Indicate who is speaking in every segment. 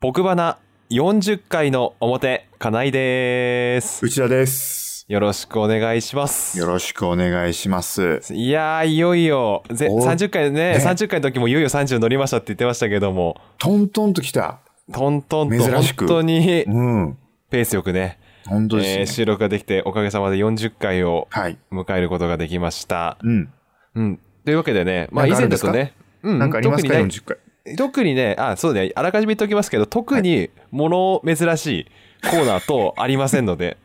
Speaker 1: 僕花40回の表、金井です。
Speaker 2: 内田です。
Speaker 1: よろしくお願いします。
Speaker 2: よろしくお願いします。
Speaker 1: いやー、いよいよ、ぜ
Speaker 2: お
Speaker 1: 30回ね、
Speaker 2: ね
Speaker 1: 30回の時もいよいよ30乗りましたって言ってましたけども、
Speaker 2: トントンと来た。
Speaker 1: トントンと
Speaker 2: 珍し
Speaker 1: 本
Speaker 2: く
Speaker 1: 当に
Speaker 2: うん。
Speaker 1: ペースよくね、
Speaker 2: 本当
Speaker 1: えー
Speaker 2: ですね。
Speaker 1: 収録ができて、おかげさまで40回を
Speaker 2: はい。
Speaker 1: 迎えることができました。
Speaker 2: うん。
Speaker 1: うん。というわけでね、まあ以
Speaker 2: なんかあ
Speaker 1: 前
Speaker 2: るんで
Speaker 1: だ
Speaker 2: すか
Speaker 1: とね、うん
Speaker 2: なんかありますか、
Speaker 1: 特にね
Speaker 2: ?40 回。
Speaker 1: 特にね、あ、そうね、あらかじめ言っておきますけど、特に物珍しいコーナー等ありませんの で、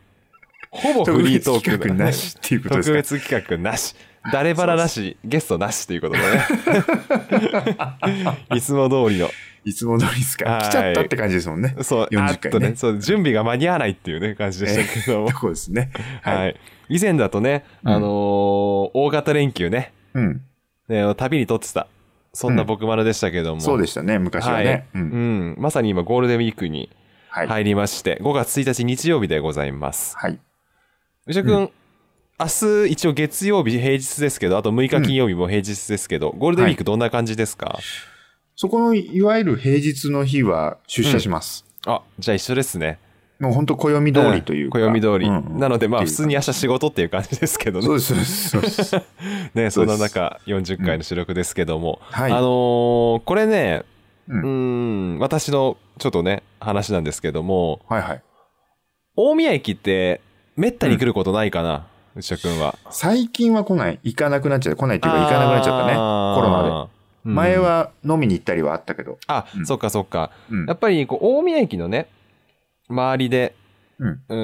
Speaker 1: ほぼフリートーク
Speaker 2: 特別企画なしっていうことです
Speaker 1: 特
Speaker 2: か
Speaker 1: 別企画なし。誰バラなし、ゲストなしという ことでね。いつも通りの。
Speaker 2: いつも通りですか
Speaker 1: はい
Speaker 2: 来ちゃったって感じですもんね。
Speaker 1: そう、
Speaker 2: 40
Speaker 1: あ
Speaker 2: 回
Speaker 1: っ
Speaker 2: ね
Speaker 1: とね、そう、準備が間に合わないっていうね、感じでしたけども
Speaker 2: と。こですね。
Speaker 1: は
Speaker 2: はい。
Speaker 1: い。以前だとね、
Speaker 2: うん
Speaker 1: あのー大型連休ね、
Speaker 2: うん。
Speaker 1: ね旅にとってた、そんな僕丸でしたけども。
Speaker 2: そうでしたね、昔は
Speaker 1: はい
Speaker 2: ね。うん。
Speaker 1: うん、まさに今ゴールデンウィークに
Speaker 2: はい。
Speaker 1: 入りまして、5月1日日曜日でございます。
Speaker 2: はい。
Speaker 1: 牛田くん、明日一応月曜日平日ですけど、あと6日金曜日も平日ですけど、ゴールデンウィークどんな感じですか、
Speaker 2: そこの、いわゆる平日の日は出社します。
Speaker 1: あ、じゃあ一緒ですね。
Speaker 2: もう本当暦通りというか。
Speaker 1: うん暦通り。
Speaker 2: うん
Speaker 1: なのでまあ
Speaker 2: っ
Speaker 1: 普
Speaker 2: てい
Speaker 1: 通
Speaker 2: う
Speaker 1: に明日仕事っていう感じですけど
Speaker 2: そ
Speaker 1: ね。
Speaker 2: うです、そうですそうです。
Speaker 1: ね、そ
Speaker 2: そ
Speaker 1: う
Speaker 2: で
Speaker 1: んな
Speaker 2: す
Speaker 1: 中40回の収録ですけども。
Speaker 2: はい
Speaker 1: あのーこれね、
Speaker 2: う
Speaker 1: うんーん、私のちょっとね、話なんですけども、
Speaker 2: はいはい。
Speaker 1: 大宮駅ってめったに来ることないかな、牛田くんは。
Speaker 2: 最近は来ない。行かなくなっちゃった。来ないっていうか、行かなくなっちゃったね。コロナで。
Speaker 1: で
Speaker 2: 前、は飲みに行ったりはあったけど。
Speaker 1: あ、
Speaker 2: うん
Speaker 1: そっかそっか。
Speaker 2: うん
Speaker 1: やっぱりこう大宮駅のね、周りで、
Speaker 2: うん
Speaker 1: う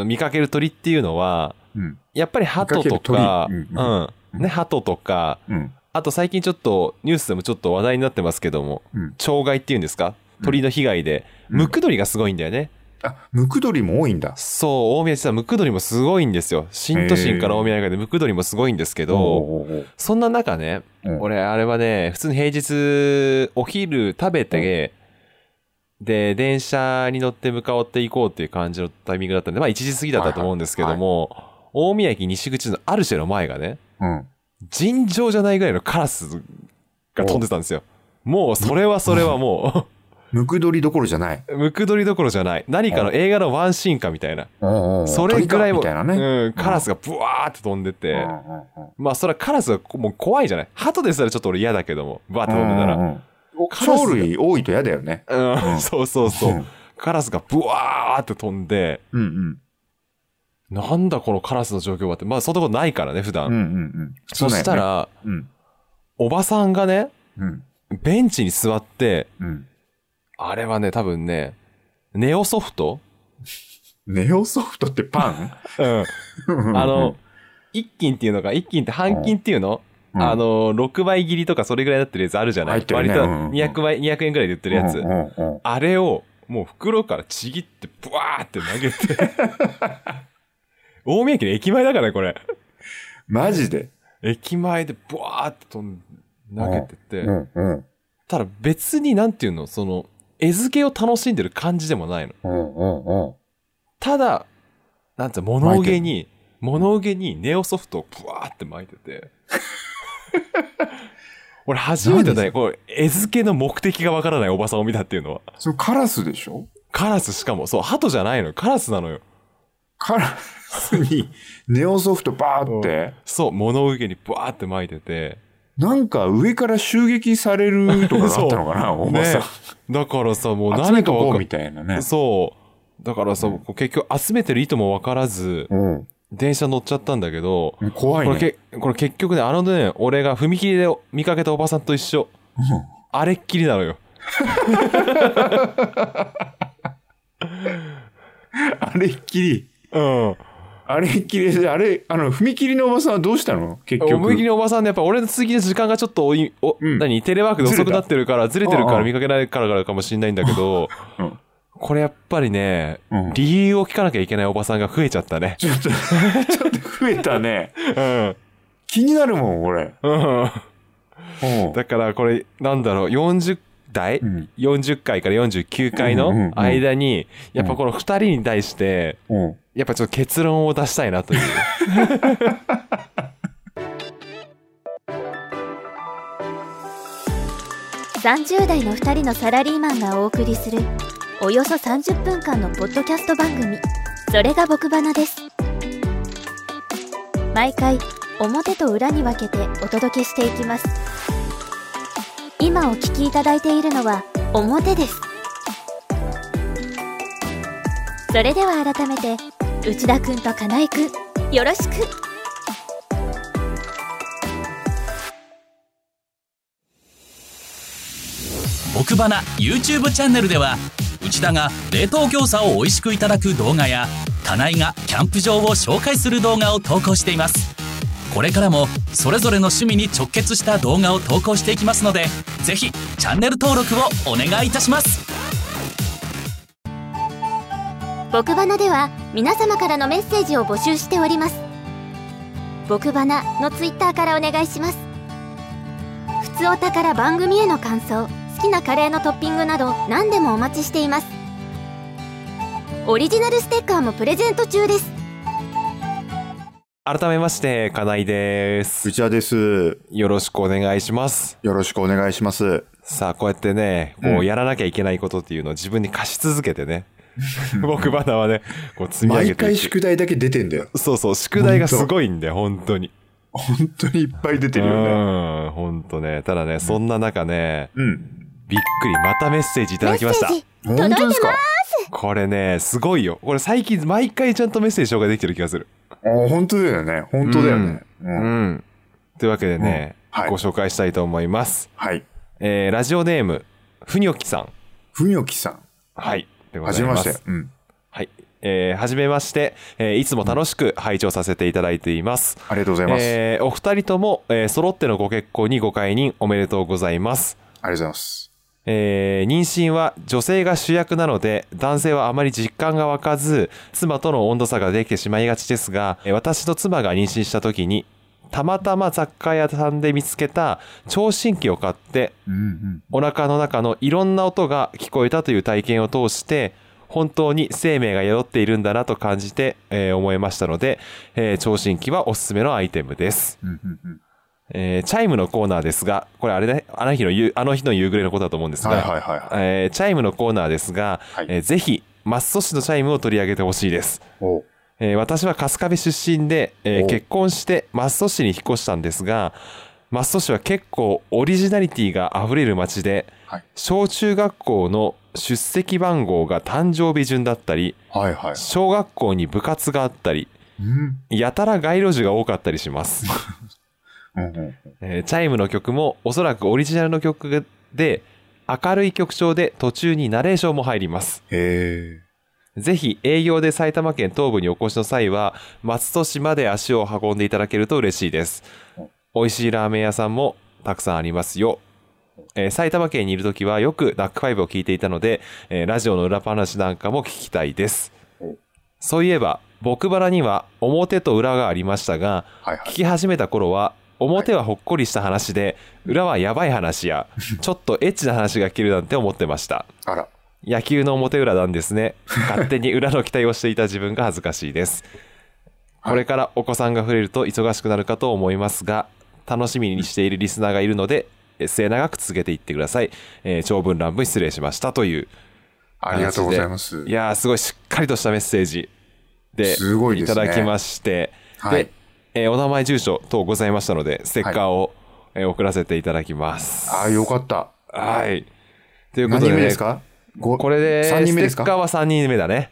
Speaker 1: ーん見かける鳥っていうのは、
Speaker 2: うん。
Speaker 1: やっぱり鳩と
Speaker 2: 見
Speaker 1: か、
Speaker 2: か
Speaker 1: う
Speaker 2: け
Speaker 1: ん
Speaker 2: る鳥うんうん
Speaker 1: ね、鳩とか、
Speaker 2: うん。
Speaker 1: あと最近ちょっとニュースでもちょっと話題になってますけども、
Speaker 2: うん
Speaker 1: 鳥害っていうんですか
Speaker 2: うん
Speaker 1: 鳥の被害で、
Speaker 2: うん
Speaker 1: ムクドリがすごいんだよね。
Speaker 2: あ、ムクドリも多いんだ。
Speaker 1: そう、大宮実はムクドリもすごいんですよ。新都心から大宮以外でムクドリもすごいんですけど、
Speaker 2: おうおう
Speaker 1: そんな中ね、
Speaker 2: おう、
Speaker 1: 俺、あれはね、普通に平日、お昼食べて、で、電車に乗って向かおうって行こうっていう感じのタイミングだったんで、まあ1時過ぎだったと思うんですけども、大宮駅西口のアルシェの前がね、
Speaker 2: うん。
Speaker 1: 尋常じゃないぐらいのカラスが飛んでたんですよ。もう、それはそれはも
Speaker 2: ムクドリどころじゃない。
Speaker 1: う、ム クドリどころじゃない。何かの映画のワンシーンかみたいな。
Speaker 2: おうおうおう
Speaker 1: それぐらいも、
Speaker 2: 鳥かみたいなね。
Speaker 1: うん、カラスがブワーって飛んで
Speaker 2: う
Speaker 1: て、
Speaker 2: んうんうん
Speaker 1: まあ、それはカラスがもう怖いじゃない。鳩ですらちょっと俺嫌だけども、バーって飛んでたら
Speaker 2: う。んうんうん
Speaker 1: カラスが
Speaker 2: 鳥類多いと嫌だよね。
Speaker 1: う、
Speaker 2: うんん。
Speaker 1: そうそうそううんカラスがブワーって飛んで、
Speaker 2: うん
Speaker 1: なんだこのカラスの状況はって、まあそんなことないからね、普
Speaker 2: うん。うんう
Speaker 1: 段。
Speaker 2: んうん。
Speaker 1: そしたら、
Speaker 2: そうだよね、
Speaker 1: おばさんがね、
Speaker 2: うん。うん。
Speaker 1: ベンチに座って、
Speaker 2: うん。
Speaker 1: あれはね、多分ね、ネオソフト
Speaker 2: ネオソフトってパン
Speaker 1: うん。あ
Speaker 2: あ
Speaker 1: の、、一斤っていうのか、一斤って半斤っていうのあ、の、6倍切りとかそれぐらいになってるやつあるじゃない
Speaker 2: 入ってるね
Speaker 1: 割と
Speaker 2: うんうんうん
Speaker 1: 200倍、200円ぐらいで売ってるやつ
Speaker 2: うん。うんうん
Speaker 1: あれを、もう袋からちぎって、ブワーって投げて。大宮駅の駅前だからね、これ。
Speaker 2: マジで。
Speaker 1: 駅前でブワーって飛ん投げてて、
Speaker 2: うんうん
Speaker 1: ただ別になんていうのその餌付けを楽しんでる感じでもないの
Speaker 2: うんうんうん。
Speaker 1: ただなんていうの物憂げに物憂げにネオソフトをブワーって巻いてて 俺初めて
Speaker 2: 何
Speaker 1: ねこう餌付けの目的がわからないおばさんを見たっていうのは
Speaker 2: それカラスでしょ
Speaker 1: カラスしかもそう鳩じゃないのよカラスなのよ
Speaker 2: カラスにネオソフトバーって。
Speaker 1: そう物憂げにブワーって巻いてて
Speaker 2: なんか上から襲撃されるとかがあったのかな、おばさん
Speaker 1: ね。だからさもう
Speaker 2: 集め
Speaker 1: 何か
Speaker 2: と
Speaker 1: わ
Speaker 2: こ
Speaker 1: か
Speaker 2: うみたいなね。
Speaker 1: そうだからさ、
Speaker 2: うん
Speaker 1: こう結局集めてる意図もわからず
Speaker 2: うん
Speaker 1: 電車乗っちゃったんだけど、
Speaker 2: 怖い
Speaker 1: これ
Speaker 2: ね。
Speaker 1: けこれ結局ねあのね俺が踏切で見かけたおばさんと一緒あれっきりなのよ
Speaker 2: うんあれっきり、
Speaker 1: うん
Speaker 2: あれっきりで、あれ、あの、踏切のおばさんはどうしたの結局。
Speaker 1: 踏切のおばさんねやっぱ俺の通勤の時間がちょっとおいお、
Speaker 2: うん
Speaker 1: 何テレワークで遅くなってるからずれてるか
Speaker 2: あ
Speaker 1: ら
Speaker 2: あ
Speaker 1: 見かけないからかもしれないんだけど、
Speaker 2: うん
Speaker 1: これやっぱりね
Speaker 2: うん
Speaker 1: 理由を聞かなきゃいけないおばさんが増えちゃったね
Speaker 2: ちょっと、ちょっと 増えたね。
Speaker 1: うん、
Speaker 2: 気になるもん、俺。
Speaker 1: うん、
Speaker 2: うん
Speaker 1: だからこれなんだろう40代、
Speaker 2: うん
Speaker 1: 40回から49回
Speaker 2: うんうんう
Speaker 1: の
Speaker 2: ん
Speaker 1: 間に、やっぱこの2人に対して、
Speaker 2: うん
Speaker 1: やっぱちょっと結論を出したいなという。
Speaker 3: 30代の2人のサラリーマンがお送りするおよそ30分間のポッドキャスト番組それが僕花です毎回表と裏に分けてお届けしていきます今お聞きいただいているのは表ですそれでは改めて内田くんと金井くんよろしく
Speaker 4: 奥花 YouTube チャンネルでは内田が冷凍餃子を美味しくいただく動画や金井がキャンプ場を紹介する動画を投稿していますこれからもそれぞれの趣味に直結した動画を投稿していきますのでぜひチャンネル登録をお願いいたします
Speaker 3: 僕バナでは皆様からのメッセージを募集しております僕バナのツイッターからお願いします普通おたから番組への感想好きなカレーのトッピングなど何でもお待ちしていますオリジナルステッカーもプレゼント中です
Speaker 1: 改めまして、金井です。
Speaker 2: 内田です。
Speaker 1: よろしくお願いします。
Speaker 2: よろしくお願いします。
Speaker 1: さあ、こうやってね、こ
Speaker 2: う
Speaker 1: うんやらなきゃいけないことっていうのを自分に貸し続けて ね、僕バナはね、こう積み上げ
Speaker 2: 毎
Speaker 1: て
Speaker 2: 回
Speaker 1: いく。
Speaker 2: 宿題だけ出てんだよ。
Speaker 1: そうそう、宿題がすごいんだよ、本当に。
Speaker 2: 本当にいっぱい出てるよね。
Speaker 1: うん、本当ね。ただね、そんな中ね、
Speaker 2: うん。
Speaker 1: びっくり、またメッセージいただきました。
Speaker 3: メッセージ
Speaker 2: 本
Speaker 3: 届いて
Speaker 2: 当ですか
Speaker 1: これね、すごいよ。これ最近、毎回ちゃんとメッセージ紹介できてる気がする。
Speaker 2: あ本当だよね。本当だよね。
Speaker 1: う
Speaker 2: うん
Speaker 1: ん。というわけでね、
Speaker 2: うんはい
Speaker 1: ご紹介したいと思います。
Speaker 2: はい。
Speaker 1: えー、ラジオネーム、ふにょきさん。
Speaker 2: ふにょきさん。
Speaker 1: はい。でご
Speaker 2: は
Speaker 1: ざい
Speaker 2: じめま
Speaker 1: ま
Speaker 2: し
Speaker 1: す
Speaker 2: て。。うん。
Speaker 1: はい。えーはじめまして、えーいつも楽しく拝聴させていただいています。
Speaker 2: ありがとうございます。
Speaker 1: えーお二人とも、えー揃ってのご結婚にご解任おめでとうございます。
Speaker 2: ありがとうございます。
Speaker 1: えー妊娠は女性が主役なので男性はあまり実感が湧かず妻との温度差ができてしまいがちですがえー私と妻が妊娠した時にたまたま雑貨屋さんで見つけた聴診器を買って
Speaker 2: うんうん。
Speaker 1: お腹の中のいろんな音が聞こえたという体験を通して本当に生命が宿っているんだなと感じて、えー思いましたので、えー聴診器はおすすめのアイテムです、
Speaker 2: うんうんうん。
Speaker 1: えーチャイムのコーナーですがこれあれねあの日の夕あの日の夕暮れのことだと思うんですが、
Speaker 2: はいはいはいはい。
Speaker 1: えーチャイムのコーナーですが、
Speaker 2: はい
Speaker 1: えーぜひマッソ市のチャイムを取り上げてほしいです、
Speaker 2: おう
Speaker 1: えー私は春日部出身で、えー
Speaker 2: お
Speaker 1: 結婚してマッソ市に引っ越したんですがマッソ市は結構オリジナリティがあふれる街で
Speaker 2: はい
Speaker 1: 小中学校の出席番号が誕生日順だったり
Speaker 2: はいはい。
Speaker 1: 小学校に部活があったり
Speaker 2: うん。
Speaker 1: やたら街路樹が多かったりし ます
Speaker 2: うんうん。
Speaker 1: えーチャイムの曲もおそらくオリジナルの曲で明るい曲調で途中にナレーションも入ります
Speaker 2: へえ。
Speaker 1: ぜひ営業で埼玉県東部にお越しの際は松戸市まで足を運んでいただけると嬉しいです美味しいラーメン屋さんもたくさんありますよ、えー埼玉県にいる時はよくダックファイブを聞いていたので、えーラジオの裏話なんかも聞きたいです
Speaker 2: お
Speaker 1: そういえば僕バラには表と裏がありましたが
Speaker 2: はいは
Speaker 1: 聞
Speaker 2: い。
Speaker 1: き始めた頃は表はほっこりした話で裏はやばい話 やちょっとエッチな話が聞けるなんて思ってました
Speaker 2: あら。
Speaker 1: 野球の表裏なんですね勝手に裏の期待をしていた自分が恥ずかしいです
Speaker 2: はい
Speaker 1: これからお子さんが増えると忙しくなるかと思いますが楽しみにしているリスナーがいるのでえ末永く続けていってください、えー長文乱文失礼しましたという
Speaker 2: ありがとうございます。
Speaker 1: いやーすごいしっかりとしたメッセージです
Speaker 2: ごいですね
Speaker 1: ただきまして、
Speaker 2: はい
Speaker 1: で、えーお名前住所等ございましたのでステッカーを、えー送らせていただきます
Speaker 2: ああ、よかった。
Speaker 1: はいというこ
Speaker 2: 何
Speaker 1: とで,、
Speaker 2: 人
Speaker 1: ね、
Speaker 2: 目ですかご
Speaker 1: これで
Speaker 2: 3人目です
Speaker 1: ステッカー
Speaker 2: か
Speaker 1: は3人目だね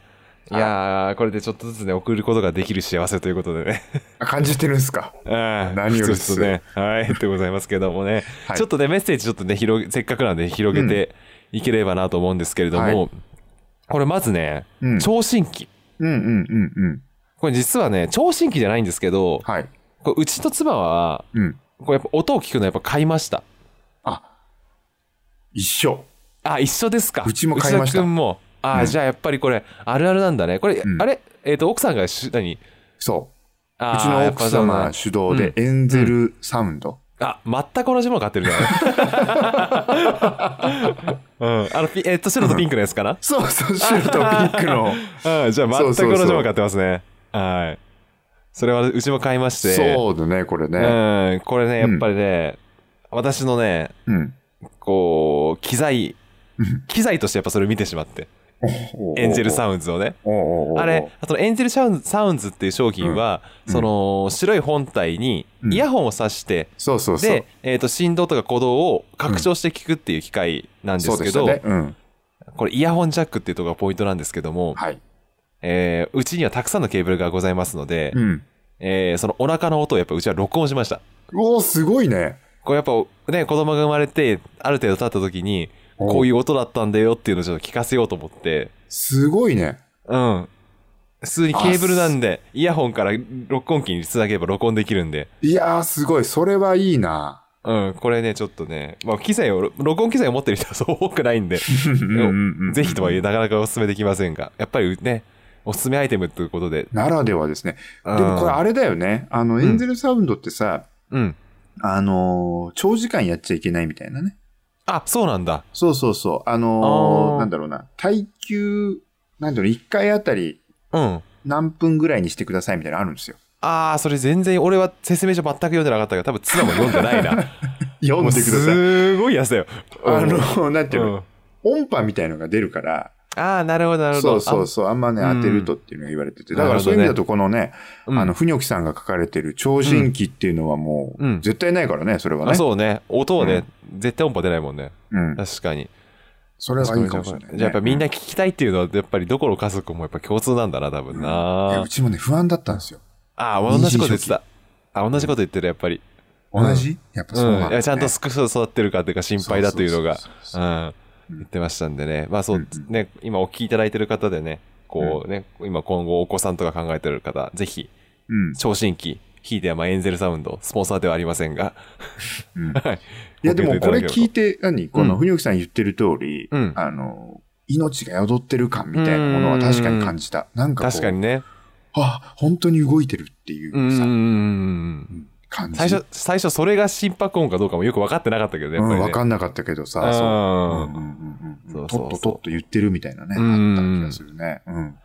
Speaker 1: いやーこれでちょっとずつね送ることができる幸せということでね
Speaker 2: あ感じてるんですか
Speaker 1: 何
Speaker 2: 何よりっ
Speaker 1: ちょ
Speaker 2: す
Speaker 1: っとねはいでございますけどもね、
Speaker 2: はい
Speaker 1: ちょっとねメッセージちょっとね広げせっかくなんで広げていければなと思うんですけれども、
Speaker 2: は
Speaker 1: これまずね、
Speaker 2: うん
Speaker 1: 聴診器
Speaker 2: うんうんうんうん。
Speaker 1: これ実はね、聴診器じゃないんですけど、
Speaker 2: はい。
Speaker 1: これうちと妻は、
Speaker 2: うん。
Speaker 1: これやっぱ音を聞くのやっぱ買いました。
Speaker 2: あ、一緒。
Speaker 1: あ、一緒ですか。
Speaker 2: うちも買いました
Speaker 1: 内田君も。あ、
Speaker 2: うん
Speaker 1: じゃあやっぱりこれ、あるあるなんだね。これ、
Speaker 2: うん
Speaker 1: あれえっ、と、奥さんがし、何
Speaker 2: そう。
Speaker 1: あ
Speaker 2: うちの奥様主導でエンゼルサウンド。
Speaker 1: あ、全く同じもの買ってるね。う ん。あの、ピえっ、と、白とピンクのやつかな、
Speaker 2: そうそう、白とピンク の。
Speaker 1: うん、じゃあ全く
Speaker 2: そうそうそう
Speaker 1: 同じもの買ってますね。はい。それはうちも買いまして。
Speaker 2: そうだね、これね。
Speaker 1: うん。これね、やっぱりね、私のね、
Speaker 2: うん。
Speaker 1: こう、機材
Speaker 2: うん、
Speaker 1: 機材としてやっぱそれを見てしまって、エ
Speaker 2: エ
Speaker 1: ンジェル
Speaker 2: ん。
Speaker 1: サウンズをね。
Speaker 2: おうおうおう
Speaker 1: あれ、、そのエンジェルサウンズサウンズっていう商品は、
Speaker 2: うん
Speaker 1: その白い本体に
Speaker 2: うん
Speaker 1: イヤホンを挿して、
Speaker 2: そうそうそう。
Speaker 1: で、えっ、と、振動とか鼓動を拡張して聞くっていう機械なんで
Speaker 2: そう
Speaker 1: すけ
Speaker 2: でした
Speaker 1: ど、
Speaker 2: ね。うん。
Speaker 1: これイヤホンジャックっていうところがポイントなんですけども、
Speaker 2: はい。
Speaker 1: えーうちにはたくさんのケーブルがございますので、
Speaker 2: うん。
Speaker 1: えーそのお腹の音をやっぱうちは録音しました。
Speaker 2: おおすごいね。。
Speaker 1: これやっぱね、子供が生まれて、ある程度経った時に、こういうう音だったんだよっていうのをちょっと聞かせようと思って、
Speaker 2: すごいね。
Speaker 1: うん。普通にケーブルなんで、イヤホンから録音機につなげれば録音できるんで、
Speaker 2: いやー、すごい。それはいいな。
Speaker 1: うん、これね、ちょっとね、まあ、機材を、録音機材を持ってる人はそう多くないんで、ぜひとは言え、なかなかお勧めできませんが、やっぱりね、おすすめアイテムということで、
Speaker 2: ならではですね。
Speaker 1: で
Speaker 2: でもこれあれだよね。あの、エンゼルサウンドってさ、
Speaker 1: うん。
Speaker 2: あのー、長時間やっちゃいけないみたいなね。
Speaker 1: あ、そうなんだ。
Speaker 2: そうそうそう。あ
Speaker 1: あ
Speaker 2: のー
Speaker 1: ー
Speaker 2: なんだろうな。耐久、なんだろう、1回あたり
Speaker 1: うん。
Speaker 2: 何分ぐらいにしてくださいみたいなのあるんですよ。
Speaker 1: ああ、それ全然、俺は説明書全く読んでなかったから、多分ツナも読んでないな。
Speaker 2: 読ん
Speaker 1: もう
Speaker 2: でください。
Speaker 1: すごいやつだよ。、
Speaker 2: あの、 なんていううんの、音波みたいのが出るから、
Speaker 1: ああ、なるほど、なるほ
Speaker 2: そ
Speaker 1: ど。
Speaker 2: うそうそう、あんまね、
Speaker 1: うん
Speaker 2: 当てるとっていうのが言われてて、だか
Speaker 1: な
Speaker 2: ら
Speaker 1: るほどね
Speaker 2: そういう意味だと、このね、
Speaker 1: あうん
Speaker 2: あの、ふにょきさんが書かれてる超人機っていうのはも
Speaker 1: う
Speaker 2: う、
Speaker 1: ん
Speaker 2: 絶対ないからね、それは
Speaker 1: あ
Speaker 2: ね。
Speaker 1: そうね。音はね、絶対音波出ないもんね。
Speaker 2: うん。
Speaker 1: 確かに。
Speaker 2: それはいいかもしれないね。
Speaker 1: じゃあやっぱみんな聞きたいっていうのは、やっぱりどこの家族もやっぱ共通なんだな、多分
Speaker 2: うん、いや
Speaker 1: な
Speaker 2: う。ちもね、不安だったんですよ。
Speaker 1: ああ、同じこと言ってた。あ、同じこと言ってる、やっぱり。
Speaker 2: 同じやっぱ
Speaker 1: う
Speaker 2: そうなんだ
Speaker 1: ん。い
Speaker 2: ね
Speaker 1: やちゃんと少し育ってるかっていうか心配だというのが
Speaker 2: そうそうそう
Speaker 1: う
Speaker 2: そ
Speaker 1: ん、言ってましたんでね。まあそう
Speaker 2: うんうん
Speaker 1: ね、今お聞きいただいてる方でね、こうね、今今後お子さんとか考えてる方、ぜひ、
Speaker 2: うん。
Speaker 1: 聴診器、ひいてはまあエンゼルサウンド、スポンサーではありませんが、
Speaker 2: うん
Speaker 1: はい。
Speaker 2: いや、でもこれ聞い
Speaker 1: て、
Speaker 2: て、何こ
Speaker 1: う
Speaker 2: の、
Speaker 1: ん
Speaker 2: ふにょきさん言ってる通り、
Speaker 1: うん
Speaker 2: あの、命が宿ってる感みたいなものは確かに感じた。なんかこう、
Speaker 1: 確かにね。
Speaker 2: あ、本当に動いてるっていう
Speaker 1: うんうん
Speaker 2: さ、
Speaker 1: うん
Speaker 2: う
Speaker 1: うん。
Speaker 2: ん感じ。
Speaker 1: 最初、最初それが心拍音かどうかもよく分かってなかったけどね、やっ
Speaker 2: う
Speaker 1: ぱり
Speaker 2: ん、
Speaker 1: ね。
Speaker 2: わかんなかったけどさ、そう。
Speaker 1: うん
Speaker 2: うんうんうんうん
Speaker 1: そうそう
Speaker 2: と
Speaker 1: そ
Speaker 2: っ
Speaker 1: う
Speaker 2: ととっと言ってるみたいなね、あ
Speaker 1: うんうんうん
Speaker 2: った気がするね。うん。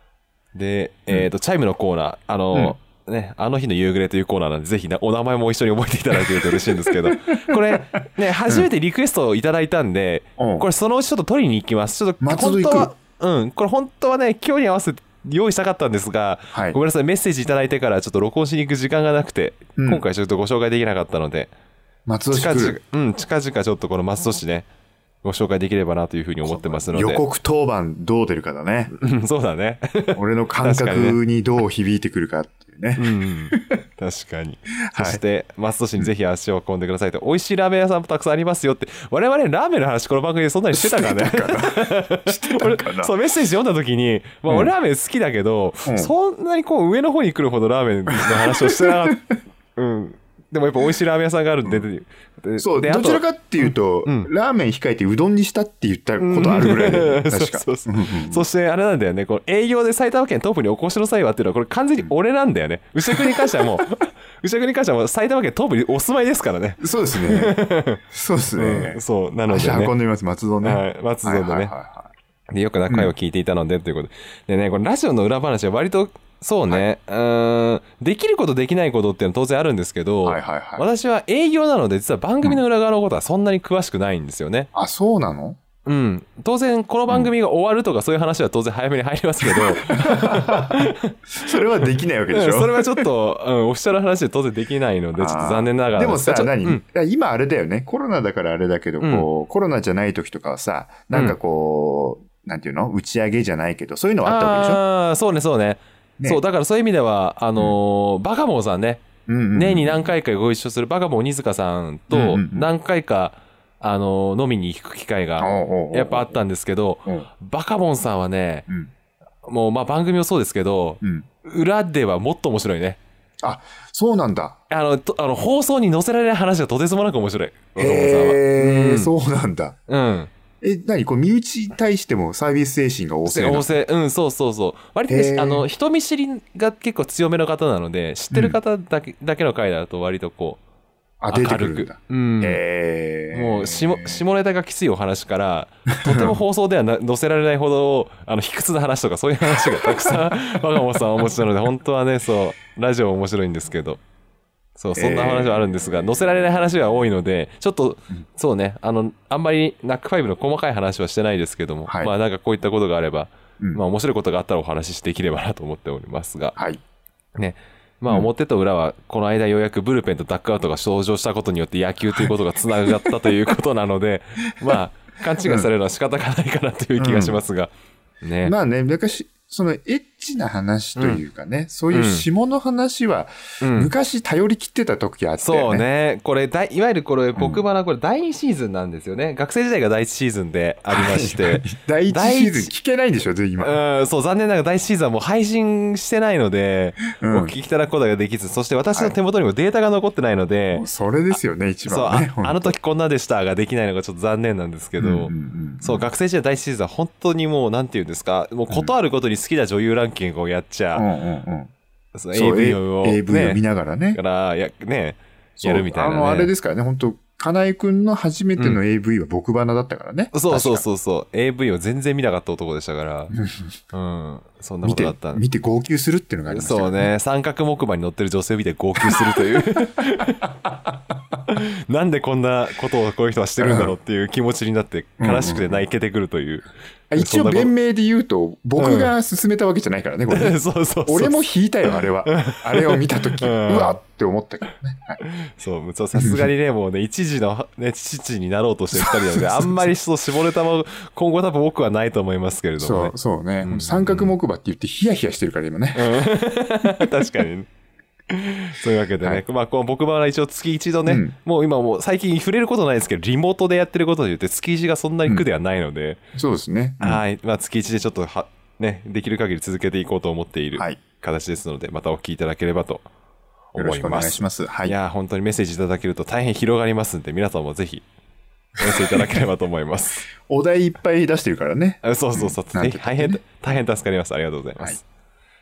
Speaker 1: で、えっと、チャイムのコーナー、あの、ね、あの日の夕暮れというコーナーなんで、ぜひね、お名前も一緒に覚えていただけると嬉しいんですけど、 これ、ね、初めてリクエストをいただいたんで、
Speaker 2: おう
Speaker 1: これそのうちちょっと取りに行きます。ちょっと、
Speaker 2: 松戸
Speaker 1: 本
Speaker 2: 行
Speaker 1: 当
Speaker 2: く
Speaker 1: は、うん、これ本当はね、今日に合わせて用意したかったんですが、
Speaker 2: はい
Speaker 1: ごめんなさい、メッセージいただいてからちょっと録音しに行く時間がなくて、
Speaker 2: うん
Speaker 1: 今回ちょっとご紹介できなかったので、
Speaker 2: 松戸市
Speaker 1: 近
Speaker 2: 来
Speaker 1: 々
Speaker 2: る、
Speaker 1: うん、近々ちょっとこの松戸市ね、ご紹介できればなというふうに思ってますので。
Speaker 2: 予告当番どう出るかだね。
Speaker 1: うんそうだね。
Speaker 2: 俺の感
Speaker 1: 確か
Speaker 2: 覚
Speaker 1: に
Speaker 2: にどう響いてくるかっていうね。
Speaker 1: うん、確かに。
Speaker 2: は
Speaker 1: そ
Speaker 2: い
Speaker 1: して、松戸市にぜひ足を運んでくださいと、美味しいラーメン屋さんもたくさんありますよって、我々ラーメンの話、この番組でそんなにしてた からね。
Speaker 2: してたか な
Speaker 1: そう、メッセージ読んだ時に、まあ、
Speaker 2: うん
Speaker 1: 俺ラーメン好きだけど、
Speaker 2: うん
Speaker 1: そんなにこう、上の方に来るほどラーメンの話をしてなか った。うん。でもやっぱ美味しいラーメン屋さんがあるんで、で
Speaker 2: そう、
Speaker 1: であ
Speaker 2: ど
Speaker 1: と
Speaker 2: ちらかっていうと、
Speaker 1: うんうん
Speaker 2: ラーメン控えてうどんにしたって言ったことあるぐらいだよ ね
Speaker 1: うん
Speaker 2: 確か。
Speaker 1: そうそうそう
Speaker 2: うんうんうん
Speaker 1: そしてあれなんだよね、この営業で埼玉県東部にお越しの際はっていうのは、これ完全に俺なんだよね。牛久に関してはもう、 牛久に関してはもう埼玉県東部にお住まいですからね。
Speaker 2: そうです ね。そうですね
Speaker 1: うん。そう、なので
Speaker 2: 足運ん
Speaker 1: ね。
Speaker 2: でみます、松戸ね。
Speaker 1: はい松戸のね
Speaker 2: はいはいは
Speaker 1: で、よく仲を聞いていたので、ということで。でね、これラジオの裏話は割と、そうね、うーん、できることできないことっていうのは当然あるんですけど、
Speaker 2: いはいはいはい。
Speaker 1: 私は営業なので、実は番組の裏側のことはそんなに詳しくないんですよね。
Speaker 2: あ、そうなの
Speaker 1: うん。当然、この番組が終わるとかそういう話は当然早めに入りますけど、
Speaker 2: それはできないわけでし
Speaker 1: うん
Speaker 2: ょ
Speaker 1: それはちょっと、うん、オフィシャルな話で当然できないので、ちょっと残念ながら
Speaker 2: でもさ
Speaker 1: ちょ、っと
Speaker 2: 何、
Speaker 1: うん
Speaker 2: いや今あれだよね。コロナだからあれだけど、
Speaker 1: うん
Speaker 2: こう、コロナじゃない時とかはさ、なんかこう、なんていうの打ち上げじゃないけど、そういうのはあったわけでしょ
Speaker 1: ああー、そうね、そうね。
Speaker 2: ね
Speaker 1: そう、だからそういう意味では、あのーバカモンさんね、
Speaker 2: うんうんうん
Speaker 1: 年に何回かご一緒するバカモン鬼塚さん
Speaker 2: うんうん
Speaker 1: と
Speaker 2: うん、
Speaker 1: 何回か、あのー飲みに行く機会が、
Speaker 2: おうおうおう
Speaker 1: やっぱあったんですけど、
Speaker 2: うん
Speaker 1: バカモンさんはね、
Speaker 2: うん。
Speaker 1: もうまあ番組もそうですけど、
Speaker 2: うん。
Speaker 1: 裏ではもっと面白いね。
Speaker 2: あ、そうなんだ。
Speaker 1: あの、とあの放送に載せられない話がとてつもなく面白い。バカモンさんは。
Speaker 2: へ
Speaker 1: う
Speaker 2: え、
Speaker 1: ん
Speaker 2: そうなんだ。
Speaker 1: うん。
Speaker 2: え、何こう、身内に対してもサービス精神が旺盛な
Speaker 1: 旺
Speaker 2: の
Speaker 1: 盛うんそうそうそう割と
Speaker 2: へ
Speaker 1: ね
Speaker 2: ー
Speaker 1: あの人見知りが結構強めの方なので知ってる方だけ,、だけの回だと割とこ
Speaker 2: あ、
Speaker 1: う
Speaker 2: 出て
Speaker 1: 明
Speaker 2: く
Speaker 1: る
Speaker 2: る
Speaker 1: く
Speaker 2: んだ。
Speaker 1: うん
Speaker 2: へえ。
Speaker 1: もう下下ネタがきついお話から とても放送ではな載せられないほどあの卑屈な話とかそういう 話がたくさん我が子さんはお持ちなので本当はねそうラジオ面白いんですけどそう、そんな話はあるんですが、載せられない話が多いので、ちょっと、そうね、あの、あんまりナックファイブの細かい話はしてないですけども、
Speaker 2: はい
Speaker 1: まあなんかこういったことがあれば、
Speaker 2: うん
Speaker 1: まあ面白いことがあったらお話しできればなと思っておりますが、
Speaker 2: はい。
Speaker 1: ね、まあ
Speaker 2: うん
Speaker 1: 表と裏は、この間ようやくブルペンとダックアウトが登場したことによって野球ということが繋がったということなの で、まあ、勘違いされるのは仕方がないかなという気がしますが、ね。
Speaker 2: まあね、昔、そのエッチな話というかね、そういう下の話は、
Speaker 1: うん
Speaker 2: 昔頼り切ってた時あった
Speaker 1: そ
Speaker 2: よ
Speaker 1: う
Speaker 2: ね。
Speaker 1: ね。これ、だいいわゆるこれ、僕バナ、これ、第2シーズンなんですよね。学生時代が第1シーズンでありま して。
Speaker 2: 第一シーズン
Speaker 1: 第一
Speaker 2: 聞けないんでしょ、今。
Speaker 1: うん、そう、残念ながら第1シーズンはもう配信してないので、
Speaker 2: うん
Speaker 1: お聞きいただくことができず、そして私の手元にもデータが残ってないので、
Speaker 2: もうそれですよね、一
Speaker 1: そう、
Speaker 2: 番はね。
Speaker 1: あ
Speaker 2: 本当
Speaker 1: あの時こんなでしたができないのがちょっと残念なんですけど、
Speaker 2: うんうんうん
Speaker 1: そう、学生時代第1シーズンは本当にもう、なんていうんですか、もうことあることに好きな女優ランキングをやっちゃ、
Speaker 2: うんうんうん。
Speaker 1: その
Speaker 2: そう
Speaker 1: AV を、
Speaker 2: A- AV を見
Speaker 1: ね、
Speaker 2: ながらね
Speaker 1: か。らや、ね、
Speaker 2: そう
Speaker 1: やるみたいな、ね。
Speaker 2: あの、あれですからね、本当金井くんの初めて
Speaker 1: う
Speaker 2: の AV は僕花だったからね。
Speaker 1: そうそう
Speaker 2: 確か
Speaker 1: そうそう。AV を全然見なかった男でしたから。うん。そんなこ
Speaker 2: 見
Speaker 1: とだ
Speaker 2: て
Speaker 1: った、ん
Speaker 2: 見て号泣するっていうのがありましたか
Speaker 1: そ
Speaker 2: ら
Speaker 1: う。ね。三角木馬に乗ってる女性を見て号 泣するという。なんでこんなことをこういう人はしてるんだろうっていう気持ちになって、悲しくて泣けてくるという。
Speaker 2: あ一
Speaker 1: そ
Speaker 2: 応
Speaker 1: んなこと
Speaker 2: 弁明で言うと、僕が進めたわけじゃないからね、これ ね
Speaker 1: そうそうそう。
Speaker 2: 俺も引いたよ、あれは。あれを見たとき、
Speaker 1: う
Speaker 2: うんわって思ったからね。はい
Speaker 1: そう、そうさすがにね、もう ね、一時の、ね、父になろうとしてる二人なので、あんまりそう絞れたま、今後多分僕はないと思いますけれども
Speaker 2: そ
Speaker 1: ね
Speaker 2: う、。そうね
Speaker 1: う。ん
Speaker 2: 三角木馬って言ってヒヤヒヤしてるから、今ね。
Speaker 1: うん確かに。そういうわけでね、
Speaker 2: はい
Speaker 1: まあ、こう僕は一応月一度ね、
Speaker 2: うん
Speaker 1: もう今もう最近触れることないですけど、リモートでやってることによって月一がそんなに苦ではないので、
Speaker 2: そうですね。うん
Speaker 1: はい、まあ月一でちょっとは、ね、できる限り続けていこうと思っている
Speaker 2: はい
Speaker 1: 形ですので、またお聞きいただければと
Speaker 2: よ
Speaker 1: 思
Speaker 2: ろ
Speaker 1: い
Speaker 2: しくお
Speaker 1: ま
Speaker 2: 願い
Speaker 1: す。
Speaker 2: します。はいい。
Speaker 1: やー、本当にメッセージいただけると大変広がりますんで、皆さんもぜひ、お寄せいただければと思います。
Speaker 2: お題いっぱい出してるからね。
Speaker 1: あ そうそうそう、
Speaker 2: うんなんて
Speaker 1: 大
Speaker 2: 言っ
Speaker 1: 変
Speaker 2: てね、
Speaker 1: 大変助かります。ありがとうございます。
Speaker 2: はい